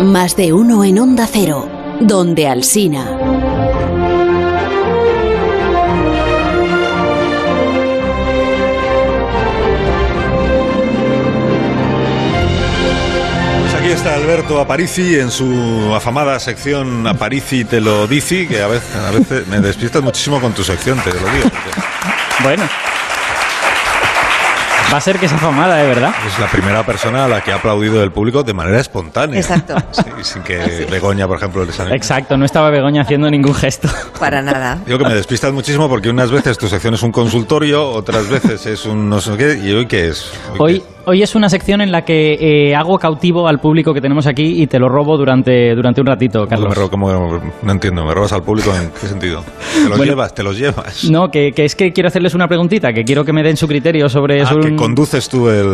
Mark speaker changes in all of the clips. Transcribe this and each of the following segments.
Speaker 1: Más de uno en Onda Cero, donde Alsina.
Speaker 2: Pues Aquí está Alberto Aparici en su afamada sección Aparici te lo dici, que a veces, a veces me despistas muchísimo con tu sección, te lo digo.
Speaker 3: Bueno. Va a ser que es afamada, de ¿eh? verdad.
Speaker 2: Es la primera persona a la que ha aplaudido el público de manera espontánea.
Speaker 4: Exacto.
Speaker 2: Sí, sin que Begoña, por ejemplo, le salga.
Speaker 3: Exacto, no estaba Begoña haciendo ningún gesto.
Speaker 4: Para nada.
Speaker 2: Digo que me despistas muchísimo porque unas veces tu sección es un consultorio, otras veces es un no sé qué, y hoy qué es.
Speaker 3: Hoy,
Speaker 2: qué es?
Speaker 3: hoy es una sección en la que eh, hago cautivo al público que tenemos aquí y te lo robo durante, durante un ratito,
Speaker 2: ¿Cómo me
Speaker 3: Carlos.
Speaker 2: ro- cómo- no entiendo, ¿me robas al público en qué sentido? Te los
Speaker 3: Bueno.
Speaker 2: llevas, te los llevas.
Speaker 3: No, que, que es que quiero hacerles una preguntita, que quiero que me den su criterio sobre...
Speaker 2: Ah,
Speaker 3: sobre
Speaker 2: que
Speaker 3: un- Eh,
Speaker 2: conduces tú el...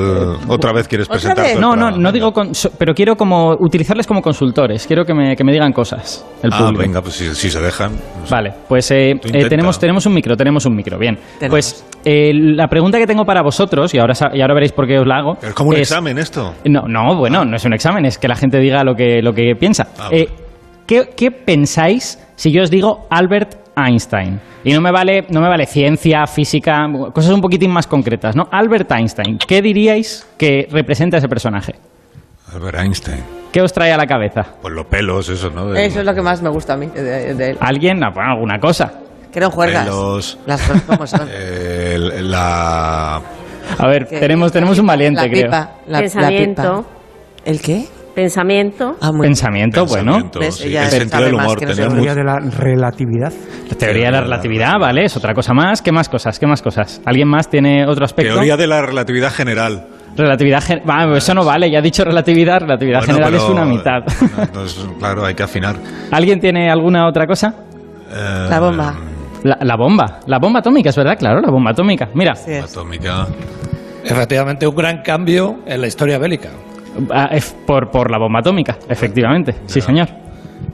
Speaker 2: Otra vez quieres
Speaker 4: ¿Otra
Speaker 2: presentar
Speaker 4: vez?
Speaker 2: tú el
Speaker 3: No, no,
Speaker 2: programa,
Speaker 3: no
Speaker 2: venga.
Speaker 3: digo... con- so- pero quiero como utilizarles como consultores, quiero que me, que me digan cosas, el
Speaker 2: Ah,
Speaker 3: público.
Speaker 2: venga, pues si, si se dejan. no sé.
Speaker 3: Vale, pues eh,
Speaker 2: Tú
Speaker 3: eh,
Speaker 2: intenta.
Speaker 3: tenemos, tenemos un micro, tenemos un micro, bien.
Speaker 4: Tenemos.
Speaker 3: Pues eh, la pregunta que tengo para vosotros, y ahora, sa- y ahora veréis por qué os la hago...
Speaker 2: Es como un examen esto.
Speaker 3: No, no, bueno, no es un examen, es que la gente diga lo que, lo que piensa.
Speaker 2: Ah, bueno.
Speaker 3: Eh, ¿qué, qué pensáis si yo os digo Albert Einstein? Y no me vale, no me vale ciencia, física, cosas un poquitín más concretas, ¿no? Albert Einstein, ¿qué diríais que representa ese personaje?
Speaker 2: Albert Einstein.
Speaker 3: ¿Qué os trae a la cabeza?
Speaker 2: Pues los pelos, eso, ¿no? De-
Speaker 4: Eso es lo que más me gusta a mí de, de él.
Speaker 3: ¿Alguien? Ah, bueno, alguna cosa.
Speaker 4: Que no juegas.
Speaker 2: Pelos.
Speaker 4: Las cosas como son.
Speaker 2: Eh, el- la...
Speaker 3: A ver,
Speaker 4: Que-
Speaker 3: tenemos, tenemos un valiente,
Speaker 4: la
Speaker 3: creo.
Speaker 4: Pipa, la, la
Speaker 5: Pensamiento.
Speaker 4: pipa. ¿El qué?
Speaker 5: Pensamiento.
Speaker 4: Ah, muy
Speaker 3: Pensamiento, bueno.
Speaker 2: Pensamiento,
Speaker 4: Ves,
Speaker 2: sí.
Speaker 4: ella
Speaker 2: El sentido
Speaker 4: sabe
Speaker 2: del
Speaker 4: más
Speaker 2: humor.
Speaker 4: que no sé
Speaker 2: tener
Speaker 4: lo
Speaker 2: mucho-
Speaker 6: teoría de la relatividad.
Speaker 3: La teoría de la relatividad, vale, es otra cosa más. ¿Qué más cosas? ¿Qué más cosas? ¿Alguien más tiene otro aspecto?
Speaker 2: Teoría de la relatividad general.
Speaker 3: Relatividad gen- Ah, eso no vale, ya he dicho relatividad, relatividad
Speaker 2: Bueno,
Speaker 3: general
Speaker 2: pero-
Speaker 3: es una mitad.
Speaker 2: Bueno, entonces, claro, hay que afinar.
Speaker 3: ¿Alguien tiene alguna otra cosa?
Speaker 2: Eh,
Speaker 4: La bomba.
Speaker 3: La, la bomba, la bomba atómica, es verdad, claro, la bomba atómica. Mira,
Speaker 4: Sí es.
Speaker 2: Atómica.
Speaker 7: Efectivamente, un gran cambio en la historia bélica.
Speaker 3: ah, es por, por la bomba atómica, efectivamente, sí señor.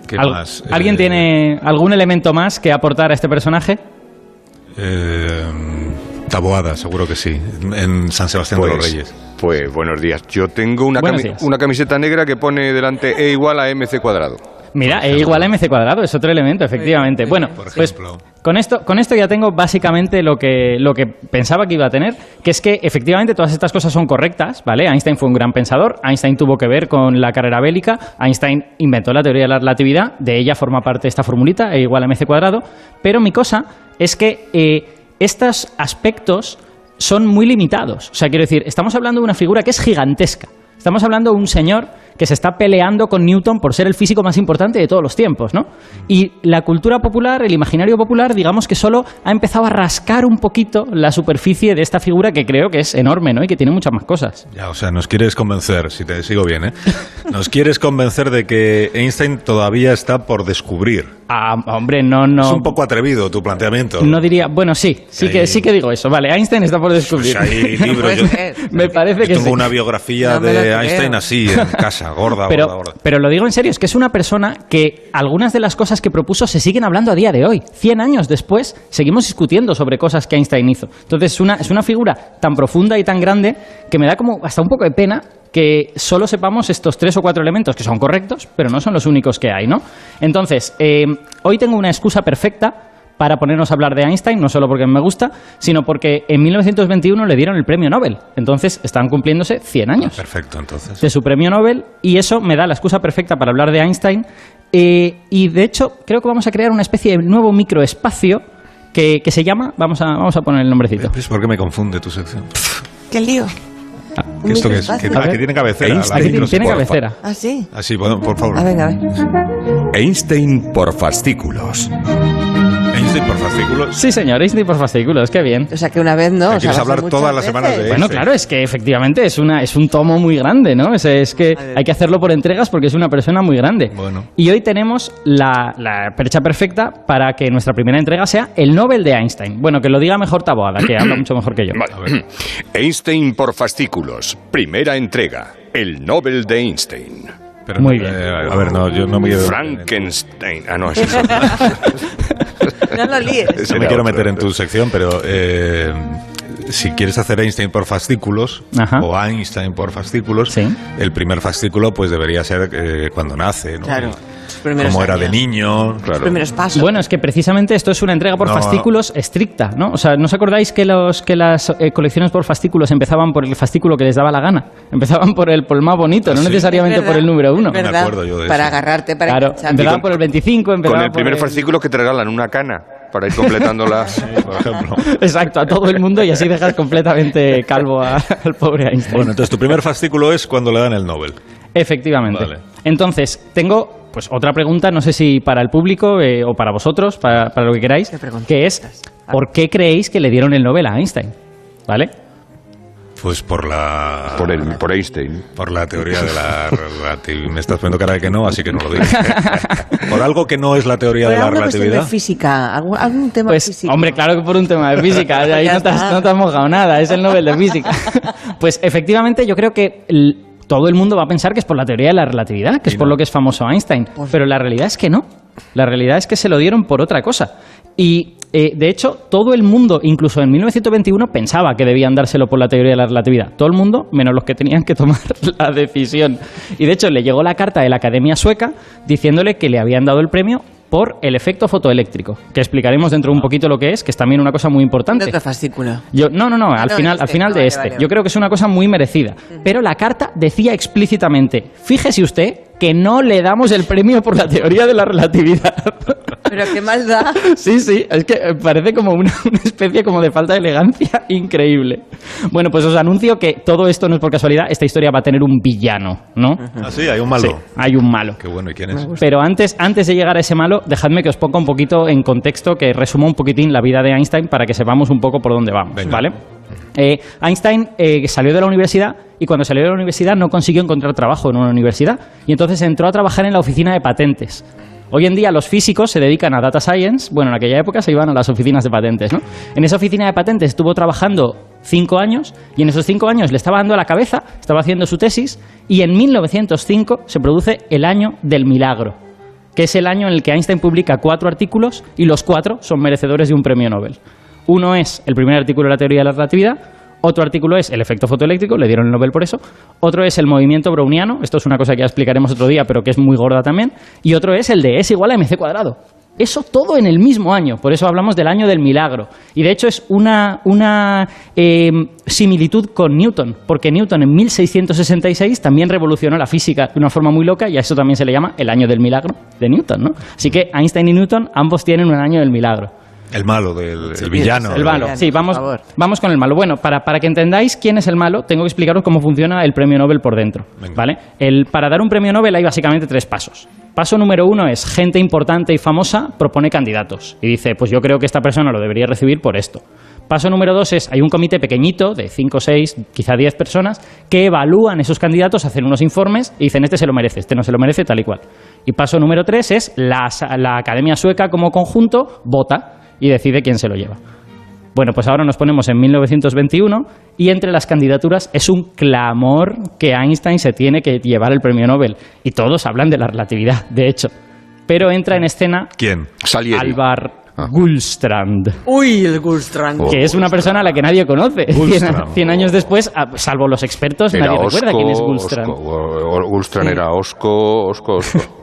Speaker 2: ¿Qué
Speaker 3: Al-
Speaker 2: más?
Speaker 3: ¿Alguien
Speaker 2: Eh,
Speaker 3: tiene algún elemento más que aportar a este personaje?
Speaker 2: eh, taboada, seguro que sí. En San Sebastián de los Reyes.
Speaker 8: Pues buenos días. Yo tengo una,
Speaker 3: Buenos
Speaker 8: cami-
Speaker 3: días.
Speaker 8: una camiseta negra que pone delante E igual a MC cuadrado.
Speaker 3: Mira, E igual a MC cuadrado, es otro elemento, efectivamente. Bueno,
Speaker 2: Por
Speaker 3: pues
Speaker 2: ejemplo.
Speaker 3: con esto, con esto ya tengo básicamente lo que, lo que pensaba que iba a tener, que es que efectivamente todas estas cosas son correctas, ¿vale? Einstein fue un gran pensador, Einstein tuvo que ver con la carrera bélica, Einstein inventó la teoría de la relatividad, de ella forma parte esta formulita, E igual a MC cuadrado, pero mi cosa es que eh, estos aspectos son muy limitados. O sea, quiero decir, estamos hablando de una figura que es gigantesca. Estamos hablando de un señor que se está peleando con Newton por ser el físico más importante de todos los tiempos, ¿no? Y la cultura popular, el imaginario popular, digamos que solo ha empezado a rascar un poquito la superficie de esta figura que creo que es enorme, ¿no? Y que tiene muchas más cosas.
Speaker 2: Ya, o sea, nos quieres convencer, si te sigo bien, ¿eh? Nos quieres convencer de que Einstein todavía está por descubrir.
Speaker 3: Ah, hombre, no, no.
Speaker 2: Es un poco atrevido tu planteamiento.
Speaker 3: No diría, bueno, sí, sí que,
Speaker 2: Ahí-
Speaker 3: sí que digo eso. Vale, Einstein está por descubrir.
Speaker 2: Pues hay libros,
Speaker 4: puede
Speaker 2: yo,
Speaker 4: ser.
Speaker 3: Me parece
Speaker 2: yo
Speaker 3: que
Speaker 2: tengo
Speaker 3: sí.
Speaker 2: una biografía
Speaker 4: No me lo
Speaker 2: de
Speaker 4: creo.
Speaker 2: Einstein así en casa, gorda,
Speaker 3: pero,
Speaker 2: gorda, gorda.
Speaker 3: pero lo digo en serio, es que es una persona que algunas de las cosas que propuso se siguen hablando a día de hoy. Cien años después seguimos discutiendo sobre cosas que Einstein hizo. Entonces es una, es una figura tan profunda y tan grande que me da como hasta un poco de pena que solo sepamos estos tres o cuatro elementos que son correctos, pero no son los únicos que hay, ¿no? Entonces, eh, hoy tengo una excusa perfecta para ponernos a hablar de Einstein, no solo porque me gusta, sino porque en 1921 le dieron el premio Nobel. Entonces, están cumpliéndose 100 años
Speaker 2: Perfecto, entonces.
Speaker 3: de su premio Nobel y eso me da la excusa perfecta para hablar de Einstein. Eh, y de hecho, creo que vamos a crear una especie de nuevo microespacio que, que se llama, vamos a, vamos a poner el nombrecito.
Speaker 2: ¿Ves por qué me confunde tu sección?
Speaker 4: ¿Qué lío?
Speaker 2: ¿Qué esto que es?
Speaker 4: microespacio.
Speaker 2: Que- ah,
Speaker 3: A ver.
Speaker 2: que tiene cabecera.
Speaker 7: Einstein.
Speaker 3: Aquí
Speaker 2: la-
Speaker 3: tiene,
Speaker 2: los-
Speaker 3: tiene
Speaker 2: por-
Speaker 3: cabecera.
Speaker 4: Ah, sí.
Speaker 2: Ah, sí, bueno, por favor.
Speaker 4: A ver, a ver.
Speaker 7: Einstein por fascículos.
Speaker 2: Einstein por fascículos.
Speaker 3: Sí, señor, Einstein por fascículos, qué bien.
Speaker 4: O sea, que una vez no.
Speaker 2: Que
Speaker 4: o sea,
Speaker 2: quieres
Speaker 4: va a ser
Speaker 2: hablar
Speaker 4: muchas
Speaker 2: todas las semanas de él.
Speaker 4: veces.
Speaker 3: Bueno,
Speaker 2: Einstein.
Speaker 3: claro, es que efectivamente es, una, es un tomo muy grande, ¿no? Es, es que
Speaker 4: ver.
Speaker 3: hay que hacerlo por entregas porque es una persona muy grande.
Speaker 2: Bueno.
Speaker 3: Y hoy tenemos la, la percha perfecta para que nuestra primera entrega sea el Nobel de Einstein. Bueno, que lo diga mejor Taboada, que habla mucho mejor que yo.
Speaker 8: Einstein por fascículos. Primera entrega. El Nobel de Einstein.
Speaker 2: Pero,
Speaker 3: Muy bien.
Speaker 2: eh, a ver, no, yo no me quiero...
Speaker 8: Frankenstein. Ah, no, ese es otro.
Speaker 4: No lo líes.
Speaker 8: Ese
Speaker 2: No me
Speaker 8: era
Speaker 2: quiero
Speaker 8: otro.
Speaker 2: meter en tu sección, pero eh, si quieres hacer Einstein por fascículos
Speaker 3: Ajá.
Speaker 2: o Einstein por fascículos,
Speaker 3: Sí.
Speaker 2: el primer fascículo pues debería ser eh, cuando nace, ¿no?
Speaker 4: Claro. Los primeros
Speaker 2: Como era de
Speaker 4: años.
Speaker 2: niño, claro.
Speaker 4: Los primeros pasos.
Speaker 3: Bueno, es que precisamente esto es una entrega por
Speaker 2: No, no.
Speaker 3: fascículos estricta, ¿no? O sea, ¿no os acordáis que, los, que las eh, colecciones por fascículos empezaban por el fascículo que les daba la gana? Empezaban por el, por el más bonito, no
Speaker 2: Ah, Sí.
Speaker 3: necesariamente
Speaker 4: ¿Verdad?
Speaker 3: por el número uno.
Speaker 4: Es verdad,
Speaker 2: Me acuerdo yo de
Speaker 4: Para
Speaker 2: eso.
Speaker 4: agarrarte, para
Speaker 3: Claro,
Speaker 4: engancharte.
Speaker 3: empezaban por el 25,
Speaker 8: Con
Speaker 3: empezaban
Speaker 8: el
Speaker 3: por
Speaker 8: primer fascículo que te regalan una cana para ir completando la...
Speaker 2: Por ejemplo.
Speaker 3: Exacto, a todo el mundo y así dejas completamente calvo a- al pobre Einstein.
Speaker 2: Bueno, entonces tu primer fascículo es cuando le dan el Nobel.
Speaker 3: Efectivamente.
Speaker 2: Vale.
Speaker 3: Entonces, tengo pues otra pregunta, no sé si para el público eh, o para vosotros, para, para lo que queráis,
Speaker 4: ¿Qué pregunta?
Speaker 3: que es ¿por qué creéis que le dieron el Nobel a Einstein? ¿Vale?
Speaker 2: Pues por la
Speaker 8: Por, el, por Einstein.
Speaker 2: por la teoría de la relatividad. Me estás poniendo cara de que no, así que no lo digo. por algo que no es la teoría
Speaker 4: Pero
Speaker 2: de la
Speaker 4: alguna cuestión de
Speaker 2: relatividad.
Speaker 4: física, algún, algún tema
Speaker 3: Pues,
Speaker 4: físico.
Speaker 3: hombre, claro que por un tema de física, ahí
Speaker 4: Ya
Speaker 3: no te, has,
Speaker 4: está.
Speaker 3: no te has mojado nada, es el Nobel de física. pues efectivamente yo creo que el- todo el mundo va a pensar que es por la teoría de la relatividad, que es por lo que es famoso Einstein, pero la realidad es que no. La realidad es que se lo dieron por otra cosa. Y eh, de hecho, todo el mundo, incluso en 1921, pensaba que debían dárselo por la teoría de la relatividad. Todo el mundo, menos los que tenían que tomar la decisión. Y de hecho, le llegó la carta de la Academia Sueca diciéndole que le habían dado el premio por el efecto fotoeléctrico, que explicaremos dentro de un poquito lo que es, que es también una cosa muy
Speaker 4: ¿De
Speaker 3: importante.
Speaker 4: otro fascículo?
Speaker 3: Yo, no, no, no, al
Speaker 4: no,
Speaker 3: final,
Speaker 4: este,
Speaker 3: al final
Speaker 4: vale,
Speaker 3: de este.
Speaker 4: vale.
Speaker 3: Yo creo que es una cosa muy merecida. Pero la carta decía explícitamente, fíjese usted que no le damos el premio por la teoría de la relatividad.
Speaker 4: Pero qué maldad.
Speaker 3: Sí, sí, es que eh, parece como una, una especie como de falta de elegancia increíble. Bueno, pues os anuncio que todo esto no es por casualidad, esta historia va a tener un villano, ¿no?
Speaker 2: Ah, sí, hay un malo.
Speaker 3: Sí, hay un malo.
Speaker 2: Qué bueno, ¿y quién es?
Speaker 3: Pero antes, antes de llegar a ese malo, dejadme que os ponga un poquito en contexto, que resuma un poquitín la vida de Einstein para que sepamos un poco por dónde vamos,
Speaker 2: Venga.
Speaker 3: ¿vale? Eh, Einstein eh, salió de la universidad y cuando salió de la universidad no consiguió encontrar trabajo en una universidad y entonces entró a trabajar en la oficina de patentes. Hoy en día los físicos se dedican a data science, bueno, en aquella época se iban a las oficinas de patentes, ¿no? En esa oficina de patentes estuvo trabajando cinco años y en esos cinco años le estaba dando a la cabeza, estaba haciendo su tesis y en 1905 se produce el año del milagro que es el año en el que Einstein publica cuatro artículos y los cuatro son merecedores de un premio Nobel. Uno es el primer artículo de la teoría de la relatividad, otro artículo es el efecto fotoeléctrico, le dieron el Nobel por eso, otro es el movimiento browniano, esto es una cosa que ya explicaremos otro día, pero que es muy gorda también, y otro es el de S igual a mc cuadrado. Eso todo en el mismo año, por eso hablamos del año del milagro. Y de hecho es una, una eh, similitud con Newton, porque Newton en 1666 también revolucionó la física de una forma muy loca y a eso también se le llama el año del milagro de Newton. ¿no? Así que Einstein y Newton ambos tienen un año del milagro.
Speaker 2: El malo, del, el
Speaker 4: bien,
Speaker 2: villano.
Speaker 4: No,
Speaker 3: el
Speaker 4: no,
Speaker 3: malo,
Speaker 4: no,
Speaker 3: sí,
Speaker 4: por
Speaker 3: vamos,
Speaker 4: favor.
Speaker 3: vamos con el malo. Bueno, para, para que entendáis quién es el malo, tengo que explicaros cómo funciona el premio Nobel por dentro.
Speaker 2: Venga.
Speaker 3: ¿vale? El, para dar un premio Nobel hay básicamente tres pasos. Paso número uno es gente importante y famosa propone candidatos y dice, pues yo creo que esta persona lo debería recibir por esto. Paso número dos es, hay un comité pequeñito de 5, 6, quizá 10 personas que evalúan esos candidatos, hacen unos informes y dicen, este se lo merece, este no se lo merece, tal y cual. Y paso número tres es, la, la Academia Sueca como conjunto vota y decide quién se lo lleva. Bueno, pues ahora nos ponemos en 1921 y entre las candidaturas es un clamor que Einstein se tiene que llevar el premio Nobel. Y todos hablan de la relatividad, de hecho. Pero entra en escena
Speaker 2: ¿Quién?
Speaker 8: Salieri.
Speaker 3: Alvar Gullstrand,
Speaker 4: Uy, el Gullstrand.
Speaker 8: Ah. Oh.
Speaker 3: que es una persona a la que nadie conoce.
Speaker 2: Gullstrand.
Speaker 3: 100 años después, a- salvo los expertos,
Speaker 8: Era
Speaker 3: nadie recuerda
Speaker 8: Osco,
Speaker 3: quién es Gullstrand.
Speaker 8: Osco, o- o- Gullstrand era Osco, Osco, Osco.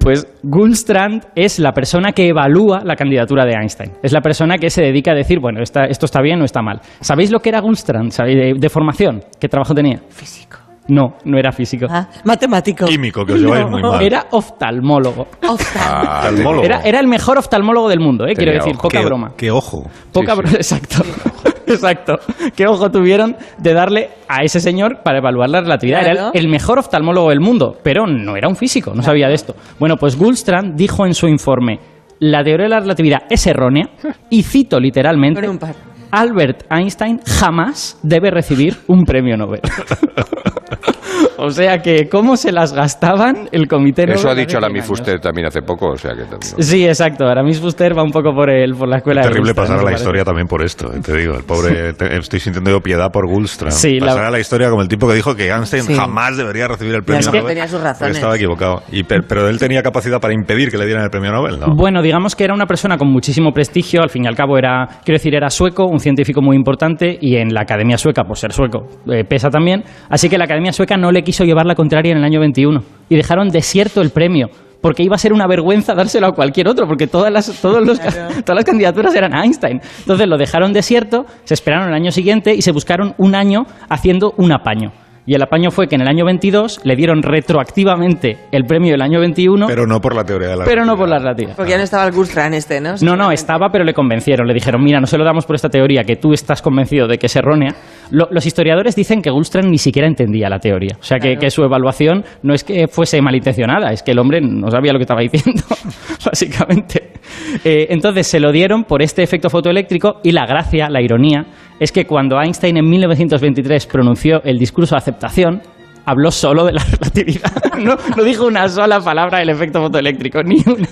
Speaker 3: Pues Gullstrand es la persona que evalúa la candidatura de Einstein. Es la persona que se dedica a decir, bueno, esta- esto está bien o está mal. ¿Sabéis lo que era Gullstrand? ¿Sabéis de, de formación? ¿Qué trabajo tenía?
Speaker 4: Físico.
Speaker 3: No, no era físico.
Speaker 4: Ah, matemático.
Speaker 2: Químico, que os lleváis muy mal. Oh.
Speaker 3: Era oftalmólogo.
Speaker 4: Oftalmo.
Speaker 8: Ah,
Speaker 2: Oftalmólogo.
Speaker 3: Era, era el mejor oftalmólogo del mundo, ¿eh? quiero
Speaker 8: Tenía
Speaker 3: decir,
Speaker 8: ojo.
Speaker 3: poca
Speaker 2: Qué-
Speaker 3: broma.
Speaker 2: Qué ojo.
Speaker 3: Poca
Speaker 8: Sí,
Speaker 3: broma, exacto. Exacto. Qué ojo tuvieron de darle a ese señor para evaluar la relatividad. Era
Speaker 4: Claro.
Speaker 3: el, el mejor oftalmólogo del mundo, pero no era un físico, no sabía de esto. Bueno, pues Gullstrand dijo en su informe, la teoría de la relatividad es errónea, y cito literalmente,
Speaker 4: Con un par.
Speaker 3: Albert Einstein jamás debe recibir un premio Nobel. O sea que, ¿cómo se las gastaban el comité Nobel
Speaker 8: Eso ha
Speaker 3: hace
Speaker 8: dicho la
Speaker 3: 100 años?
Speaker 8: Mifuster también hace poco, o sea que también.
Speaker 3: Sí, exacto. Aramis Fuster va un poco por, el, por la escuela de
Speaker 2: Terrible
Speaker 3: Gullstrand,
Speaker 2: pasar a
Speaker 3: me
Speaker 2: la
Speaker 3: parece.
Speaker 2: historia también por esto, eh, te digo. El pobre, te- estoy sintiendo yo piedad por Gullström.
Speaker 3: Sí, la-
Speaker 2: pasar a la historia como el tipo que dijo que Einstein
Speaker 4: Sí.
Speaker 2: jamás debería recibir el premio
Speaker 4: es que
Speaker 2: Nobel.
Speaker 4: tenía sus
Speaker 2: porque
Speaker 4: razones.
Speaker 2: Estaba equivocado. Y per- pero él tenía capacidad para impedir que le dieran el premio Nobel, ¿no?
Speaker 3: Bueno, digamos que era una persona con muchísimo prestigio, al fin y al cabo era, quiero decir, era sueco, un científico muy importante y en la Academia Sueca, por ser sueco, eh, pesa también, así que la Academia Sueca no le quiso llevar la contraria en el año 21 y dejaron desierto el premio. Porque iba a ser una vergüenza dárselo a cualquier otro, porque todas las, todos los, todas las candidaturas eran a Einstein. Entonces lo dejaron desierto, se esperaron el año siguiente y se buscaron un año haciendo un apaño. Y el apaño fue que en el año 22 le dieron retroactivamente el premio del año 21, pero,
Speaker 2: Pero no por la teoría de la
Speaker 3: no por
Speaker 2: relatividad.
Speaker 3: las latidas.
Speaker 4: Porque ya no estaba el Gulstrán este, ¿no?
Speaker 3: No, no, estaba, pero le convencieron. Le dijeron, mira, no se lo damos por esta teoría que tú estás convencido de que es errónea. Lo- los historiadores dicen que Gullstrand ni siquiera entendía la teoría. O sea, que, que su evaluación no es que fuese malintencionada, es que el hombre no sabía lo que estaba diciendo, básicamente. Eh, entonces se lo dieron por este efecto fotoeléctrico y la gracia, la ironía, es que cuando Einstein en 1923 pronunció el discurso de aceptación, habló solo de la relatividad. No, no dijo una sola palabra del efecto fotoeléctrico, ni una.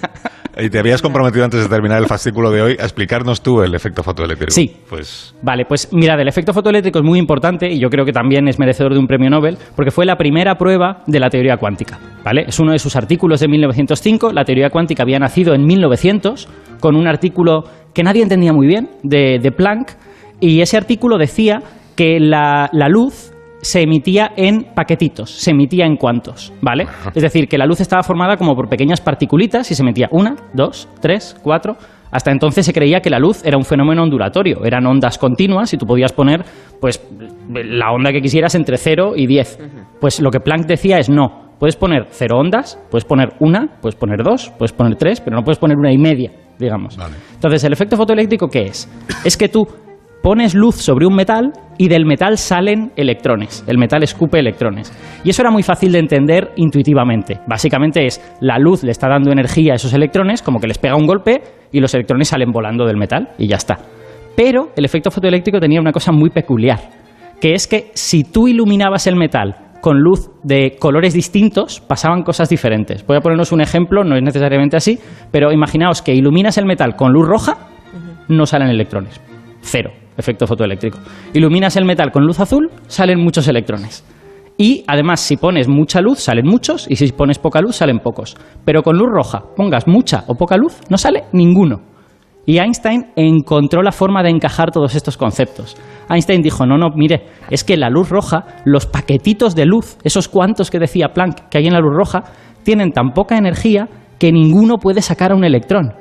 Speaker 2: Y te habías comprometido antes de terminar el fascículo de hoy a explicarnos tú el efecto fotoeléctrico.
Speaker 3: Sí.
Speaker 2: Pues
Speaker 3: Vale, pues mirad, el efecto fotoeléctrico es muy importante y yo creo que también es merecedor de un premio Nobel porque fue la primera prueba de la teoría cuántica. ¿vale? Es uno de sus artículos de 1905. La teoría cuántica había nacido en 1900 con un artículo que nadie entendía muy bien de, de Planck y ese artículo decía que la, la luz se emitía en paquetitos, se emitía en cuantos, ¿vale? Es decir, que la luz estaba formada como por pequeñas particulitas y se emitía una, dos, tres, cuatro. Hasta entonces se creía que la luz era un fenómeno ondulatorio, eran ondas continuas y tú podías poner pues la onda que quisieras entre 0 y 10. Pues lo que Planck decía es no, puedes poner cero ondas, puedes poner una, puedes poner dos, puedes poner tres, pero no puedes poner una y media, digamos.
Speaker 2: Vale.
Speaker 3: Entonces, ¿el efecto fotoeléctrico qué es? Es que tú pones luz sobre un metal y del metal salen electrones. El metal escupe electrones. Y eso era muy fácil de entender intuitivamente. Básicamente es la luz le está dando energía a esos electrones, como que les pega un golpe y los electrones salen volando del metal y ya está. Pero el efecto fotoeléctrico tenía una cosa muy peculiar que es que si tú iluminabas el metal con luz de colores distintos, pasaban cosas diferentes. Voy a ponernos un ejemplo, no es necesariamente así, pero imaginaos que iluminas el metal con luz roja, no salen electrones. Cero, efecto fotoeléctrico. Iluminas el metal con luz azul, salen muchos electrones. Y además, si pones mucha luz, salen muchos, y si pones poca luz, salen pocos. Pero con luz roja, pongas mucha o poca luz, no sale ninguno. Y Einstein encontró la forma de encajar todos estos conceptos. Einstein dijo, no, no, mire, es que la luz roja, los paquetitos de luz, esos cuantos que decía Planck que hay en la luz roja, tienen tan poca energía que ninguno puede sacar un electrón.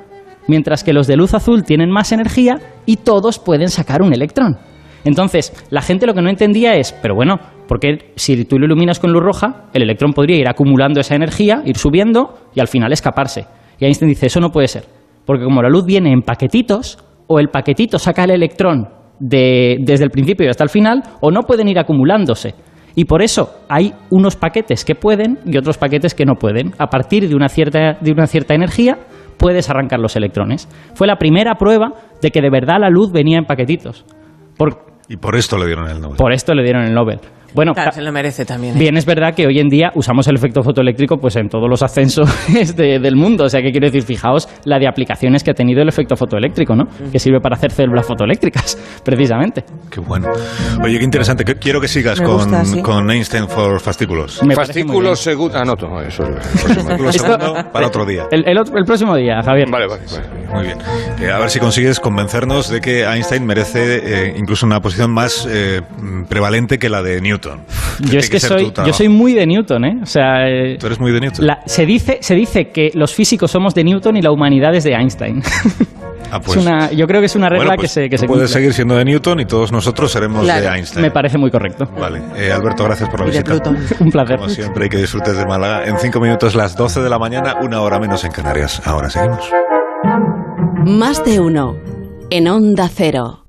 Speaker 3: Mientras que los de luz azul tienen más energía y todos pueden sacar un electrón. Entonces, la gente lo que no entendía es, pero bueno, porque si tú lo iluminas con luz roja, el electrón podría ir acumulando esa energía, ir subiendo y al final escaparse. Y Einstein dice, eso no puede ser. Porque como la luz viene en paquetitos, o el paquetito saca el electrón de- desde el principio y hasta el final, o no pueden ir acumulándose. Y por eso hay unos paquetes que pueden y otros paquetes que no pueden. A partir de una cierta, de una cierta energía puedes arrancar los electrones. Fue la primera prueba de que de verdad la luz venía en paquetitos. Por,
Speaker 2: y por esto le dieron el Nobel.
Speaker 3: por esto le dieron el Nobel. Bueno,
Speaker 4: Claro,
Speaker 3: ta-
Speaker 4: se lo merece también. ¿eh?
Speaker 3: Bien, es verdad que hoy en día usamos el efecto fotoeléctrico pues en todos los ascensos de- del mundo. O sea, que quiero decir, fijaos la de aplicaciones que ha tenido el efecto fotoeléctrico, ¿no? Que sirve para hacer células fotoeléctricas, precisamente.
Speaker 2: Qué bueno. Oye, qué interesante. Que- Quiero que sigas
Speaker 4: Me
Speaker 2: con,
Speaker 4: gusta, sí.
Speaker 2: con Einstein for fascículos.
Speaker 3: Me parece muy bien.
Speaker 8: Fascículos segundo. Ah, no, no, eso es.
Speaker 2: Fascículo
Speaker 3: Esto-
Speaker 2: segundo para otro día.
Speaker 3: El, el otro- el próximo día, Javier.
Speaker 8: Vale, vale, vale.
Speaker 2: Muy bien. Eh, a ver si consigues convencernos de que Einstein merece eh, incluso una posición más eh, mm, prevalente que la de Newton. Tiene
Speaker 3: Yo es que
Speaker 2: ser tu
Speaker 3: soy, yo
Speaker 2: trabajo.
Speaker 3: soy muy de Newton, ¿eh? O sea, eh,
Speaker 2: Tú eres muy de Newton.
Speaker 3: la- se, dice, se dice que los físicos somos de Newton y la humanidad es de Einstein.
Speaker 2: Ah,
Speaker 3: Es una- yo creo que es una regla
Speaker 2: bueno, pues
Speaker 3: que se, que se
Speaker 2: tú puedes
Speaker 3: cumple.
Speaker 2: seguir siendo de Newton y todos nosotros seremos
Speaker 4: Claro.
Speaker 2: de Einstein.
Speaker 3: Me parece muy correcto.
Speaker 2: Vale. Eh, Alberto, gracias por la
Speaker 4: Y de
Speaker 2: visita.
Speaker 4: Plutón.
Speaker 3: Un placer.
Speaker 2: Como siempre, y que disfrutes de Málaga. En cinco minutos, las 12 de la mañana, una hora menos en Canarias. Ahora seguimos.
Speaker 1: Más de uno. En Onda Cero.